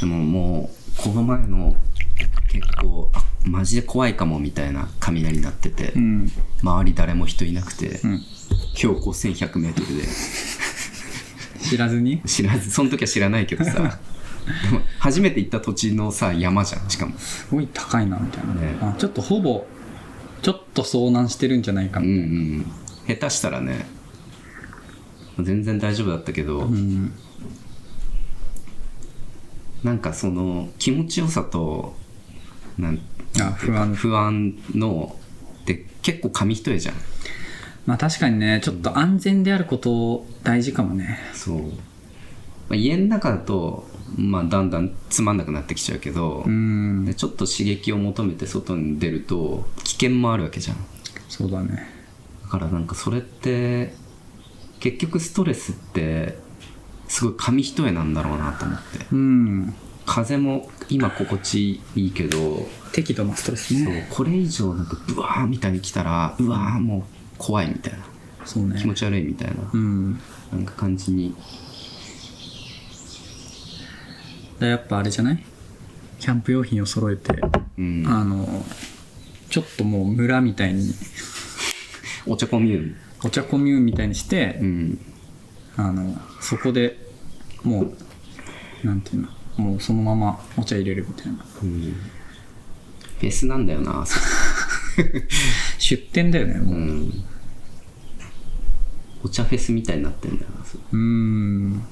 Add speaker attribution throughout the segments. Speaker 1: でももうこの前の結構あマジで怖いかもみたいな雷鳴ってて、
Speaker 2: うん。
Speaker 1: 周り誰も人いなくて、
Speaker 2: うん。
Speaker 1: 標高 1100m で
Speaker 2: 知らずに
Speaker 1: 知らずその時は知らないけどさでも初めて行った土地のさ山じゃんしかも
Speaker 2: すごい高いな、みたいな。
Speaker 1: ね
Speaker 2: あちょっとほぼ、ちょっと遭難してるんじゃないか
Speaker 1: うん
Speaker 2: み
Speaker 1: う
Speaker 2: た
Speaker 1: ん
Speaker 2: いな。
Speaker 1: 下手したらね全然大丈夫だったけど、
Speaker 2: うん。
Speaker 1: なんかその気持ちよさとなん
Speaker 2: あ、不安。
Speaker 1: 不安ので結構紙一重じゃん
Speaker 2: まあ確かにね、ちょっと安全であること大事かもね。
Speaker 1: そう、まあ、家の中だと、まあ、だんだんつまんなくなってきちゃうけど、
Speaker 2: うん。
Speaker 1: でちょっと刺激を求めて外に出ると危険もあるわけじゃん
Speaker 2: そうだね。
Speaker 1: だからなんかそれって結局ストレスってすごい紙一重なんだろうなと思って
Speaker 2: うん。
Speaker 1: 風も今心地いいけど
Speaker 2: 適度なストレス
Speaker 1: そう
Speaker 2: ね。
Speaker 1: これ以上なんかブワーみたいに来たらうわーもう怖いみたいな
Speaker 2: そうね
Speaker 1: 気。持ち悪いみたいな
Speaker 2: うん。
Speaker 1: なんか感じに
Speaker 2: でやっぱあれじゃないキャンプ用品を揃えて、
Speaker 1: うん
Speaker 2: あの、ちょっともう村みたいに、
Speaker 1: お茶コミューン
Speaker 2: お茶コミューンみたいにして、
Speaker 1: うん
Speaker 2: あの、そこでもう、なんていうの、もうそのままお茶入れるみたいな。
Speaker 1: うんフェスなんだよなそ
Speaker 2: 出店だよね、
Speaker 1: う
Speaker 2: もう。
Speaker 1: んお茶フェスみたいになってんだよなそう
Speaker 2: うーん。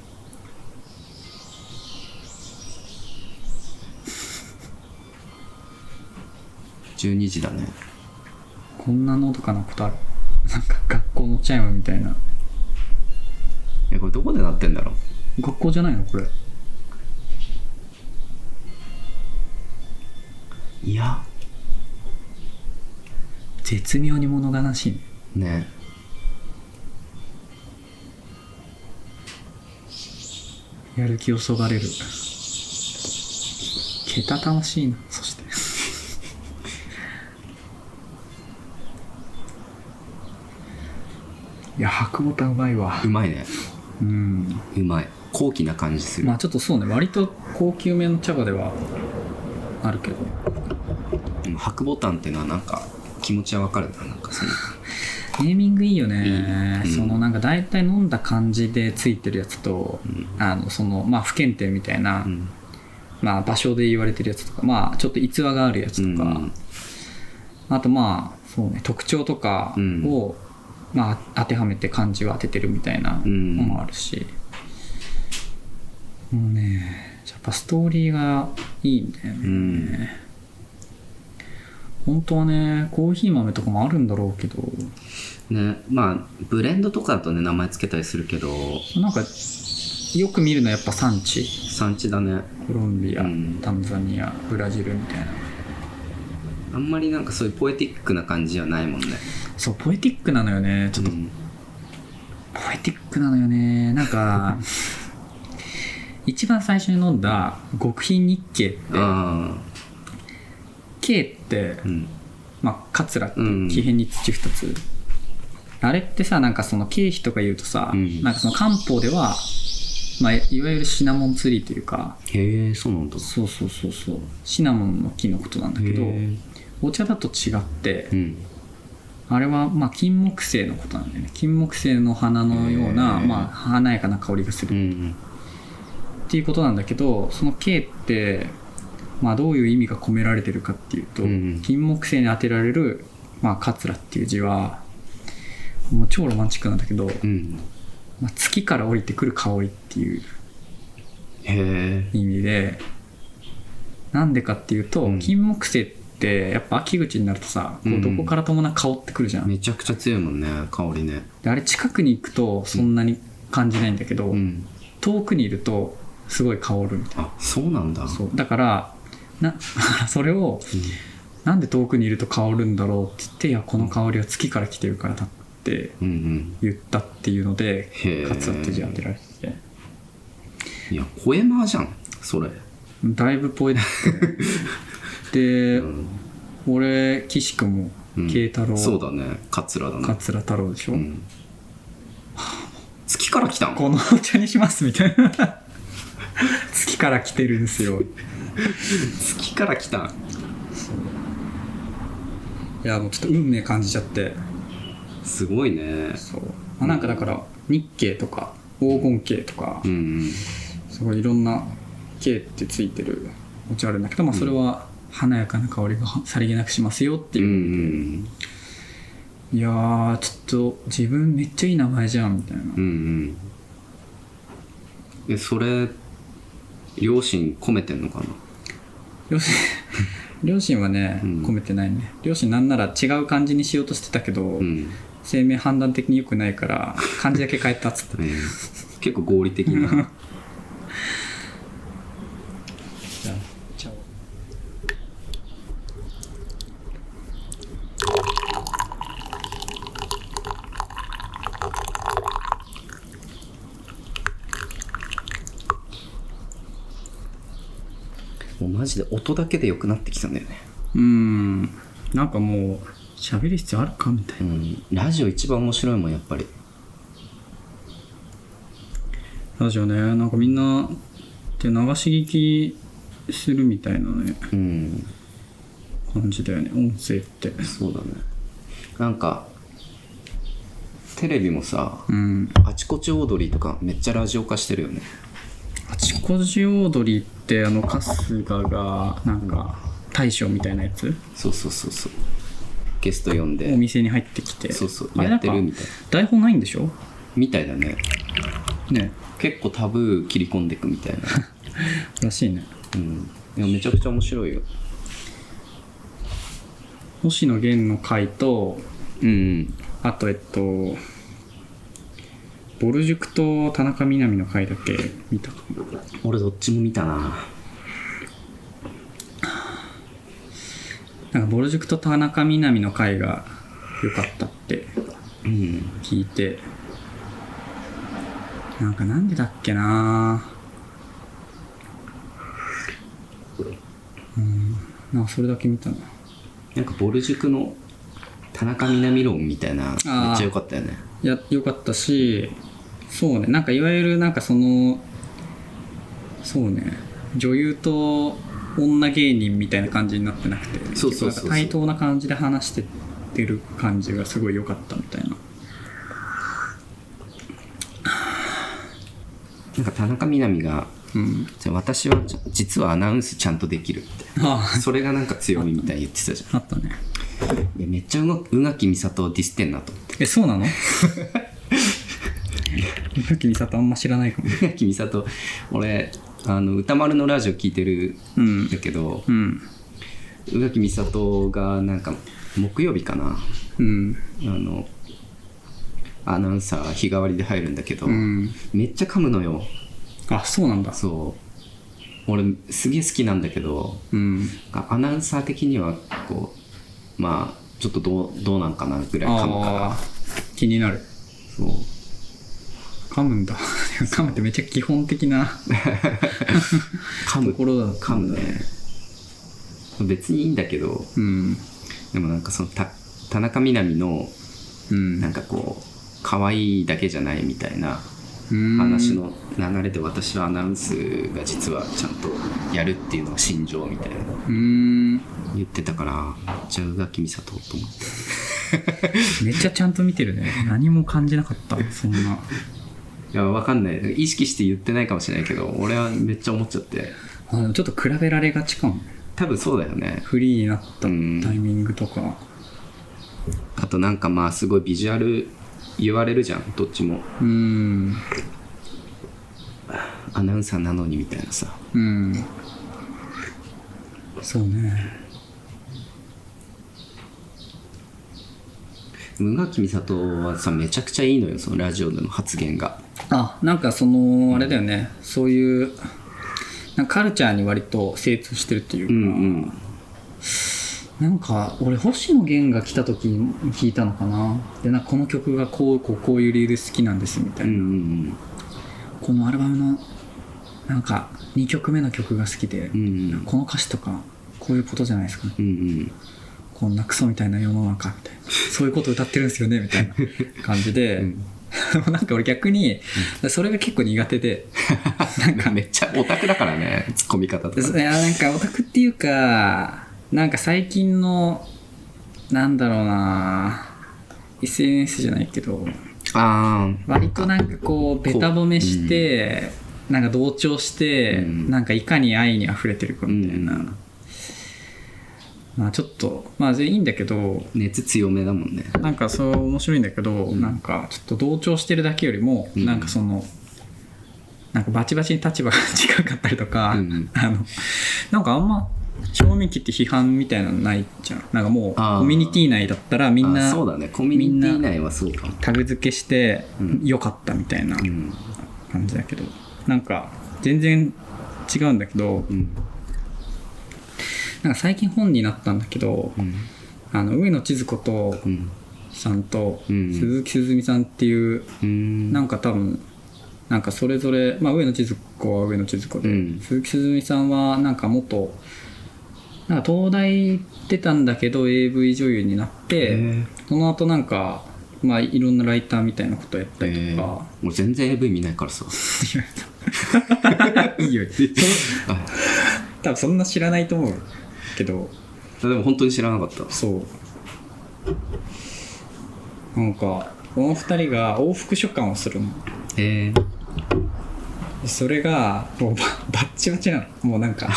Speaker 1: 12時だね
Speaker 2: こんなのどかなことあるなんか学校のチャイムみたいな。
Speaker 1: えこれどこでなってんだろう
Speaker 2: 学校じゃないのこれ。
Speaker 1: いや
Speaker 2: 絶妙に物悲しいね。
Speaker 1: ね
Speaker 2: やる気をそがれる。けたたましいな、そして。 いや、白ボタンうまいわ
Speaker 1: う。まいね
Speaker 2: うん。
Speaker 1: うまい高貴な感じする、
Speaker 2: まあちょっとそうね、割と高級めの茶葉ではあるけど。
Speaker 1: うん白ボタンっていうのはなんか気持ちはわかるななんかその
Speaker 2: ネーミングいいよね。
Speaker 1: いいうん
Speaker 2: そのなんか大体飲んだ感じでついてるやつと、
Speaker 1: ん
Speaker 2: あの、その、まあ不検定みたいな、
Speaker 1: うん
Speaker 2: まあ場所で言われてるやつとか、まあちょっと逸話があるやつとか、
Speaker 1: うん
Speaker 2: あとまあそうね特徴とか
Speaker 1: うん
Speaker 2: を、まあ、当てはめて漢字を当ててるみたいな
Speaker 1: うん
Speaker 2: のもあるし、もうねやっぱストーリーがいいんだよ
Speaker 1: う
Speaker 2: ね、
Speaker 1: ん
Speaker 2: 本当はねコーヒー豆とかもあるんだろうけど
Speaker 1: ねまあブレンドとかだとね名前つけたりするけど
Speaker 2: なんかよく見るのはやっぱ産地
Speaker 1: 産地だね
Speaker 2: コロンビア、
Speaker 1: うん
Speaker 2: タンザニアブラジルみたいな
Speaker 1: あんまりなんかそういうポエティックな感じはないもんね
Speaker 2: そうポエティックなのよねちょっと
Speaker 1: うん
Speaker 2: ポエティックなのよねなんか 一番最初に飲んだ極貧日経って
Speaker 1: あ
Speaker 2: K って
Speaker 1: あ、うん
Speaker 2: まあ、カツラって
Speaker 1: うん
Speaker 2: 木片に土2つ、あれってさなんかその経費とか言うとさ、
Speaker 1: うん
Speaker 2: なんかその漢方では、まあ、いわゆるシナモンツリーというか
Speaker 1: へえそうなんだ
Speaker 2: そうそうそうそうシナモンの木のことなんだけど
Speaker 1: へえ
Speaker 2: お茶だと違って
Speaker 1: うん
Speaker 2: あれはまあ金木犀のことなんだよね金木犀の花のような、
Speaker 1: へえ
Speaker 2: まあ、華やかな香りがする
Speaker 1: うん
Speaker 2: っていうことなんだけどその K って、まあ、どういう意味が込められてるかっていうと、
Speaker 1: うんうん
Speaker 2: 金木犀に当てられる、まあ、カツラっていう字はもう超ロマンチックなんだけど、
Speaker 1: うん
Speaker 2: まあ、月から降りてくる香りっていう
Speaker 1: へ
Speaker 2: 意味でなんでかっていうと、
Speaker 1: うん
Speaker 2: 金木犀ってやっぱ秋口になるとさこ
Speaker 1: う
Speaker 2: うんどこからともなく香ってくるじゃ
Speaker 1: え
Speaker 2: ん、
Speaker 1: めちゃくちゃ強いもんね香りね
Speaker 2: であれ近くに行くとそんなに感じないんだけど、
Speaker 1: うん
Speaker 2: 遠くにいるとすごい香るみたいな
Speaker 1: あそうなんだ
Speaker 2: そうだからな それをなんで遠くにいると香るんだろうって言っていやこの香りは月から来てるからだって
Speaker 1: うんうん
Speaker 2: 言ったっていうので
Speaker 1: へー
Speaker 2: カツラって字当てられてて
Speaker 1: いやポエマーじゃんそれ
Speaker 2: だいぶポエティックでで、
Speaker 1: ん
Speaker 2: 俺岸君も
Speaker 1: うん
Speaker 2: 慶太郎、
Speaker 1: そうだねカツラだね
Speaker 2: カツラ太郎でしょ、
Speaker 1: うん月から来たん
Speaker 2: このお茶にしますみたいな月から来てるんですよ
Speaker 1: 月から来た
Speaker 2: いやもうちょっと運命感じちゃって
Speaker 1: すごいね
Speaker 2: そう、まあ、なんかだから日系とか黄金系とか、
Speaker 1: うん
Speaker 2: すごいいろんな「系」ってついてるお茶あるんだけど、まあ、それは華やかな香りがさりげなくしますよって
Speaker 1: うんう
Speaker 2: いう、
Speaker 1: ん
Speaker 2: いやーちょっと自分めっちゃいい名前じゃんみたいな、
Speaker 1: うんうんえそれ両親込めてんのかな
Speaker 2: 両親両親はね、
Speaker 1: うん
Speaker 2: 込めてないね両親なんなら違う漢字にしようとしてたけど、
Speaker 1: うん、
Speaker 2: 生命判断的に良くないから漢字だけ変えたっつって
Speaker 1: えー結構合理的な
Speaker 2: じゃあじゃあ
Speaker 1: もうマジで音だけで良くなってきたんだよね、、
Speaker 2: うーんなんかもう喋る必要あるかみたいうなん
Speaker 1: ラジオ一番面白いもんやっぱり
Speaker 2: ラジオねなんかみんなで流し聞きするみたいなね
Speaker 1: うん
Speaker 2: 感じだよね音声って
Speaker 1: そうだねなんかテレビもさ
Speaker 2: うん
Speaker 1: あちこちオードリーとかめっちゃラジオ化してるよね
Speaker 2: あちこちオードリーってあの春日がなんか大将みたいなやつ
Speaker 1: そうそうそうそうゲスト呼ん
Speaker 2: お
Speaker 1: で
Speaker 2: 店に入ってきて
Speaker 1: そうそう
Speaker 2: あれ
Speaker 1: やってる
Speaker 2: なん
Speaker 1: み
Speaker 2: か
Speaker 1: たい
Speaker 2: 台本ないんでしょ
Speaker 1: みたいだね
Speaker 2: ね
Speaker 1: 結構タブー切り込んでくみたいな
Speaker 2: らしいね
Speaker 1: うんでもめちゃくちゃ面白いよ
Speaker 2: 星野源の回と
Speaker 1: うん
Speaker 2: あとえっとボル塾と田中みな実の回だけ見たかも
Speaker 1: 俺どっちも見たな
Speaker 2: なんかボル塾と田中みな実の回が良かったって
Speaker 1: うん
Speaker 2: 聞いてなんかなんでだっけなうんなんかそれだけ見たな
Speaker 1: なんかボル塾の田中みな実論みたいなめっち
Speaker 2: ー
Speaker 1: ゃ良かったよね
Speaker 2: いや良かったしそうねなんかいわゆるなんかそのそうね女優と女芸人みたいな感じになってなくて
Speaker 1: そうそうそうそう
Speaker 2: 結構なんか対等な感じで話してってる感じがすごい良かったみたいな
Speaker 1: なんか田中みな実が
Speaker 2: うん
Speaker 1: 「私はちゃ実はアナウンスちゃんとできる」って
Speaker 2: あ
Speaker 1: それがなんか強みみたいに言ってたじゃん
Speaker 2: ああったね
Speaker 1: いやめっちゃうが宇垣美里をディスってんなと 思って
Speaker 2: えそうなの さっき美里あんま知らないかも
Speaker 1: 宇垣美里俺あの歌丸のラジオ聞いてる
Speaker 2: うんん
Speaker 1: だけど
Speaker 2: うん
Speaker 1: 宇垣美里がなんか木曜日かな
Speaker 2: うん
Speaker 1: あのアナウンサー日替わりで入るんだけど、
Speaker 2: うん
Speaker 1: めっちゃ噛むのよ
Speaker 2: あそうなんだ
Speaker 1: そう俺すげえ好きなんだけど
Speaker 2: うん
Speaker 1: アナウンサー的にはこうまあちょっとどうどうなんかなぐらい噛むから
Speaker 2: あー気になる
Speaker 1: そう
Speaker 2: 噛むんだ噛むってめっちゃ基本的な
Speaker 1: 噛む
Speaker 2: ところだ
Speaker 1: 噛むね別にいいんだけど
Speaker 2: うん
Speaker 1: でもなんかそのた田中みな実の
Speaker 2: うん
Speaker 1: なんかこう可愛いだけじゃないみたいな
Speaker 2: うん
Speaker 1: 話の流れで私はアナウンスが実はちゃんとやるっていうのが心情みたいな
Speaker 2: うん
Speaker 1: 言ってたからめっちゃ宇垣美里と思って
Speaker 2: めっちゃちゃんと見てるね何も感じなかったそんない
Speaker 1: やわかんない意識して言ってないかもしれないけど俺はめっちゃ思っちゃって
Speaker 2: あでもちょっと比べられがちかも
Speaker 1: 多分そうだよね
Speaker 2: フリーになったタイミングとか
Speaker 1: あとなんかまあすごいビジュアル言われるじゃんどっちも
Speaker 2: うん
Speaker 1: アナウンサーなのにみたいなさ
Speaker 2: うんそうね
Speaker 1: 宇垣美里はさめちゃくちゃいいのよそのラジオでの発言が
Speaker 2: あなんかそのあれだよね、そういうなんかカルチャーに割と精通してるっていう
Speaker 1: う
Speaker 2: か、
Speaker 1: んうん
Speaker 2: なんか俺星野源が来た時に聞いたのかなでなんかこの曲がこうこうこういう理由で好きなんですみた
Speaker 1: う
Speaker 2: い
Speaker 1: んう
Speaker 2: な、
Speaker 1: ん
Speaker 2: このアルバムのなんか2曲目の曲が好きで、
Speaker 1: うんうん
Speaker 2: この歌詞とかこういうことじゃないですか、
Speaker 1: うんうん
Speaker 2: こんなクソみたいな世の中みたいなそういうこと歌ってるんですよねみたいな感じで、
Speaker 1: うん
Speaker 2: でも なんか俺逆に、それが結構苦 手で、なんか
Speaker 1: めっちゃオタクだからね、ツッコミ方とか。
Speaker 2: いやなんかオタクっていうかなんか最近のなんだろうな SNS じゃないけど
Speaker 1: あ
Speaker 2: 割となんかこうベタ褒めして、なんか同調して、
Speaker 1: うん
Speaker 2: なんかいかに愛に溢れてるかみたいな、
Speaker 1: うん
Speaker 2: まあちょっとまあ全員いいんだけど
Speaker 1: ー、熱強めだもんね。
Speaker 2: なんかそう面白いんだけど、
Speaker 1: ん
Speaker 2: なんかちょっと同調してるだけよりも、
Speaker 1: うん
Speaker 2: なんかそのなんかバチバチに立場が 近かったりとか、
Speaker 1: うん
Speaker 2: あのなんかあんま正面切って批判みたいなのないじゃんなんかもう
Speaker 1: あー
Speaker 2: コミュニティ内だったらみん
Speaker 1: あ
Speaker 2: な
Speaker 1: そうだね、コミュニティ内はそうかも。
Speaker 2: タグ付けして
Speaker 1: うん
Speaker 2: 良かったみたいな
Speaker 1: うん。
Speaker 2: 感じだけど、なんか全然違うんだけど
Speaker 1: うん。
Speaker 2: なんか最近本になったんだけど、
Speaker 1: うん。
Speaker 2: あの上野千鶴子と
Speaker 1: うん。
Speaker 2: さんと
Speaker 1: うん
Speaker 2: 鈴木鈴美さんっていう
Speaker 1: うん。
Speaker 2: なんか多分なんかそれぞれ、まあ、上野千鶴子は上野千鶴子で、
Speaker 1: うん
Speaker 2: 鈴木鈴美さんはなんか元なんか東大行ってたんだけど AV 女優になって
Speaker 1: え
Speaker 2: その後なんか、まあ、いろんなライターみたいなことやったり
Speaker 1: え
Speaker 2: と
Speaker 1: ー
Speaker 2: か、、
Speaker 1: もう全然 AV 見ないからさ。
Speaker 2: いいよ その
Speaker 1: あ
Speaker 2: 多分そんな知らないと思うけど
Speaker 1: でも本当に知らなかった。
Speaker 2: そうなんかこの二人が往復書簡をするの
Speaker 1: えー、
Speaker 2: それがもうババッチバチなのもうなんか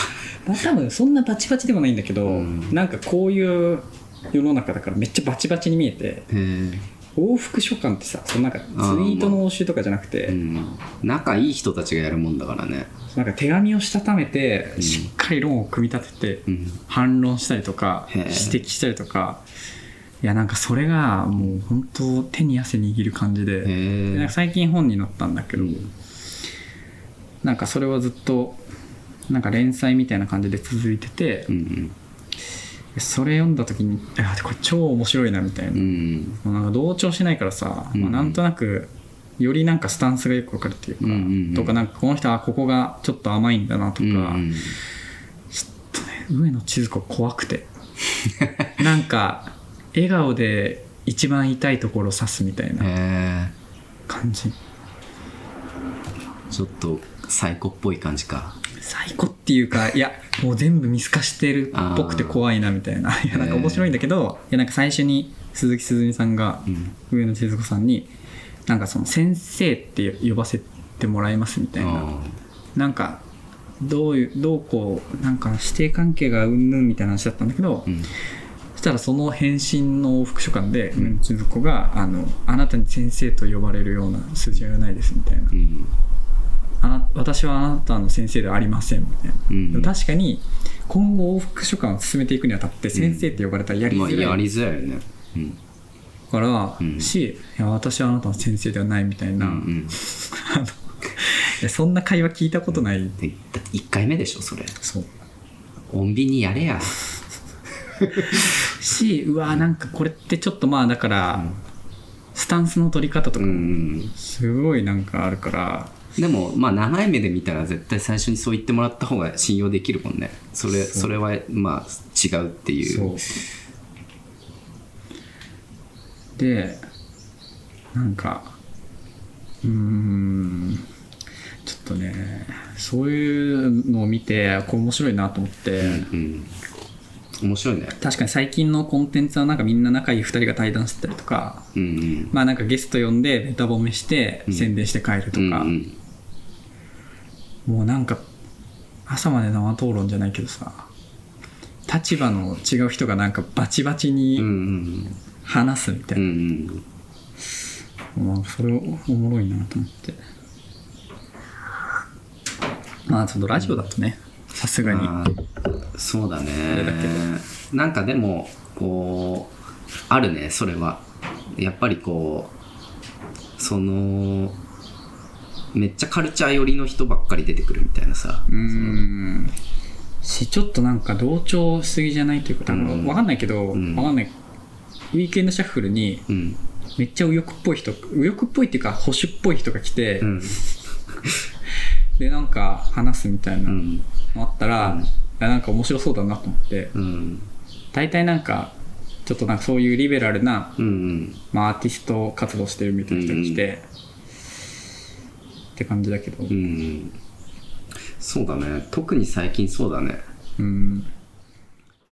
Speaker 2: まあ多分そんなバチバチでもないんだけど、
Speaker 1: うん
Speaker 2: なんかこういう世の中だからめっちゃバチバチに見えて
Speaker 1: えー、
Speaker 2: 往復書簡ってさそのなんかツイートの応酬とかじゃなくて、
Speaker 1: うん。仲いい人たちがやるもんだからね。
Speaker 2: なんか手紙をしたためて、
Speaker 1: うん
Speaker 2: しっかり論を組み立てて、
Speaker 1: うん。
Speaker 2: 反論したりとか
Speaker 1: へえ
Speaker 2: 指摘したりとかいやなんかそれがもう本当手に汗握る感じで、
Speaker 1: え
Speaker 2: でなん
Speaker 1: ー
Speaker 2: か、最近本に載ったんだけど、
Speaker 1: うん
Speaker 2: なんかそれはずっとなんか連載みたいな感じで続いてて、
Speaker 1: うん。
Speaker 2: それ読んだ時に「いやこれ超面白いな」みたいな,、
Speaker 1: う
Speaker 2: も
Speaker 1: ん。
Speaker 2: うなんか同調しないからさ、
Speaker 1: うん
Speaker 2: まあ、なんとなくよりなんかスタンスがよくわかるっていうか、
Speaker 1: うんうんうん
Speaker 2: とかなんかこの人はここがちょっと甘いんだなと
Speaker 1: う
Speaker 2: か、
Speaker 1: んうん。
Speaker 2: 上野千鶴子怖 くてなんか笑顔で一番痛いところを刺すみたいな
Speaker 1: え
Speaker 2: 感じ
Speaker 1: ー、ちょっとサイコっぽい感じか。
Speaker 2: 最高っていうかいやもう全部見透かしてるっぽくて怖いなみたいないやなんか面白いんだけど、いやなんか最初に鈴木鈴美さんが
Speaker 1: うん。
Speaker 2: 上野千鶴子さんになんかその先生って呼ばせてもらいますみたいな
Speaker 1: あ
Speaker 2: なんかどういうどうこうなんか師弟関係がうんぬんみたいな話だったんだけど、
Speaker 1: ーうん。
Speaker 2: そしたらその返信の副書館で上野千鶴子があの「あなたに先生と呼ばれるような筋合いはないです」みたいな
Speaker 1: うん。
Speaker 2: あな「私はあなたの先生ではありません」みたいな、
Speaker 1: うん
Speaker 2: でも確かに今後往復書館を進めていくにあたって先生って呼ばれたらやり
Speaker 1: まあ、
Speaker 2: づ
Speaker 1: や
Speaker 2: らい
Speaker 1: りづらいよね。うん。
Speaker 2: から、
Speaker 1: うん
Speaker 2: しいや私はあなたの先生ではないみたいな、
Speaker 1: うんうん。
Speaker 2: あの いやそんな会話聞いたことない、
Speaker 1: でだって1回目でしょ、それ。
Speaker 2: そう
Speaker 1: 穏便にやれや。
Speaker 2: しうわなんかこれってちょっとまあだから、
Speaker 1: ん
Speaker 2: スタンスの取り方と
Speaker 1: う
Speaker 2: か
Speaker 1: んう
Speaker 2: も
Speaker 1: ん。
Speaker 2: すごいなんかあるから、
Speaker 1: でも、まあ、長い目で見たら絶対最初にそう言ってもらった方が信用できるもんね。それ、
Speaker 2: そう
Speaker 1: それは、まあ、違うっていう。
Speaker 2: そうでなんかうーんちょっとねそういうのを見てこれ面白いなと思って、
Speaker 1: うん。面白いね。
Speaker 2: 確かに最近のコンテンツはなんかみんな仲いい2人が対談してたりとか
Speaker 1: うんうん。
Speaker 2: まあなんかゲスト呼んでベタ褒めして
Speaker 1: うん
Speaker 2: 宣伝して帰るとか、
Speaker 1: うんうん
Speaker 2: もうなんか朝まで生討論じゃないけどさ立場の違う人がなんかバチバチ
Speaker 1: うん
Speaker 2: に
Speaker 1: うん
Speaker 2: 話すみたいな
Speaker 1: うんうん
Speaker 2: まあ、それおもろいなと思ってまあちょっとラジオだとねさすがに
Speaker 1: あーそうだね
Speaker 2: れだけど
Speaker 1: なんかでもこうあるねそれはやっぱりこうそのめっちゃカルチャー寄りの人ばっかり出てくるみたいなさ
Speaker 2: うーんしちょっとなんか同調しすぎじゃないというか、
Speaker 1: うん
Speaker 2: 分かんないけど、わ
Speaker 1: ん
Speaker 2: 分かんないウィークエンドシャッフルに
Speaker 1: うん
Speaker 2: めっちゃ右翼っぽい人右翼っぽいっていうか保守っぽい人が来て、
Speaker 1: うん
Speaker 2: でなんか話すみたいな
Speaker 1: う
Speaker 2: の
Speaker 1: ん
Speaker 2: あったら、
Speaker 1: うん
Speaker 2: いやなんか面白そうだなと思って
Speaker 1: うん
Speaker 2: 大体なんかちょっとなんかそういうリベラルな、
Speaker 1: うんうん
Speaker 2: まあ、アーティスト活動してるみたいな人が来て、って感じだけど
Speaker 1: うんそうだね特に最近そうだね
Speaker 2: うん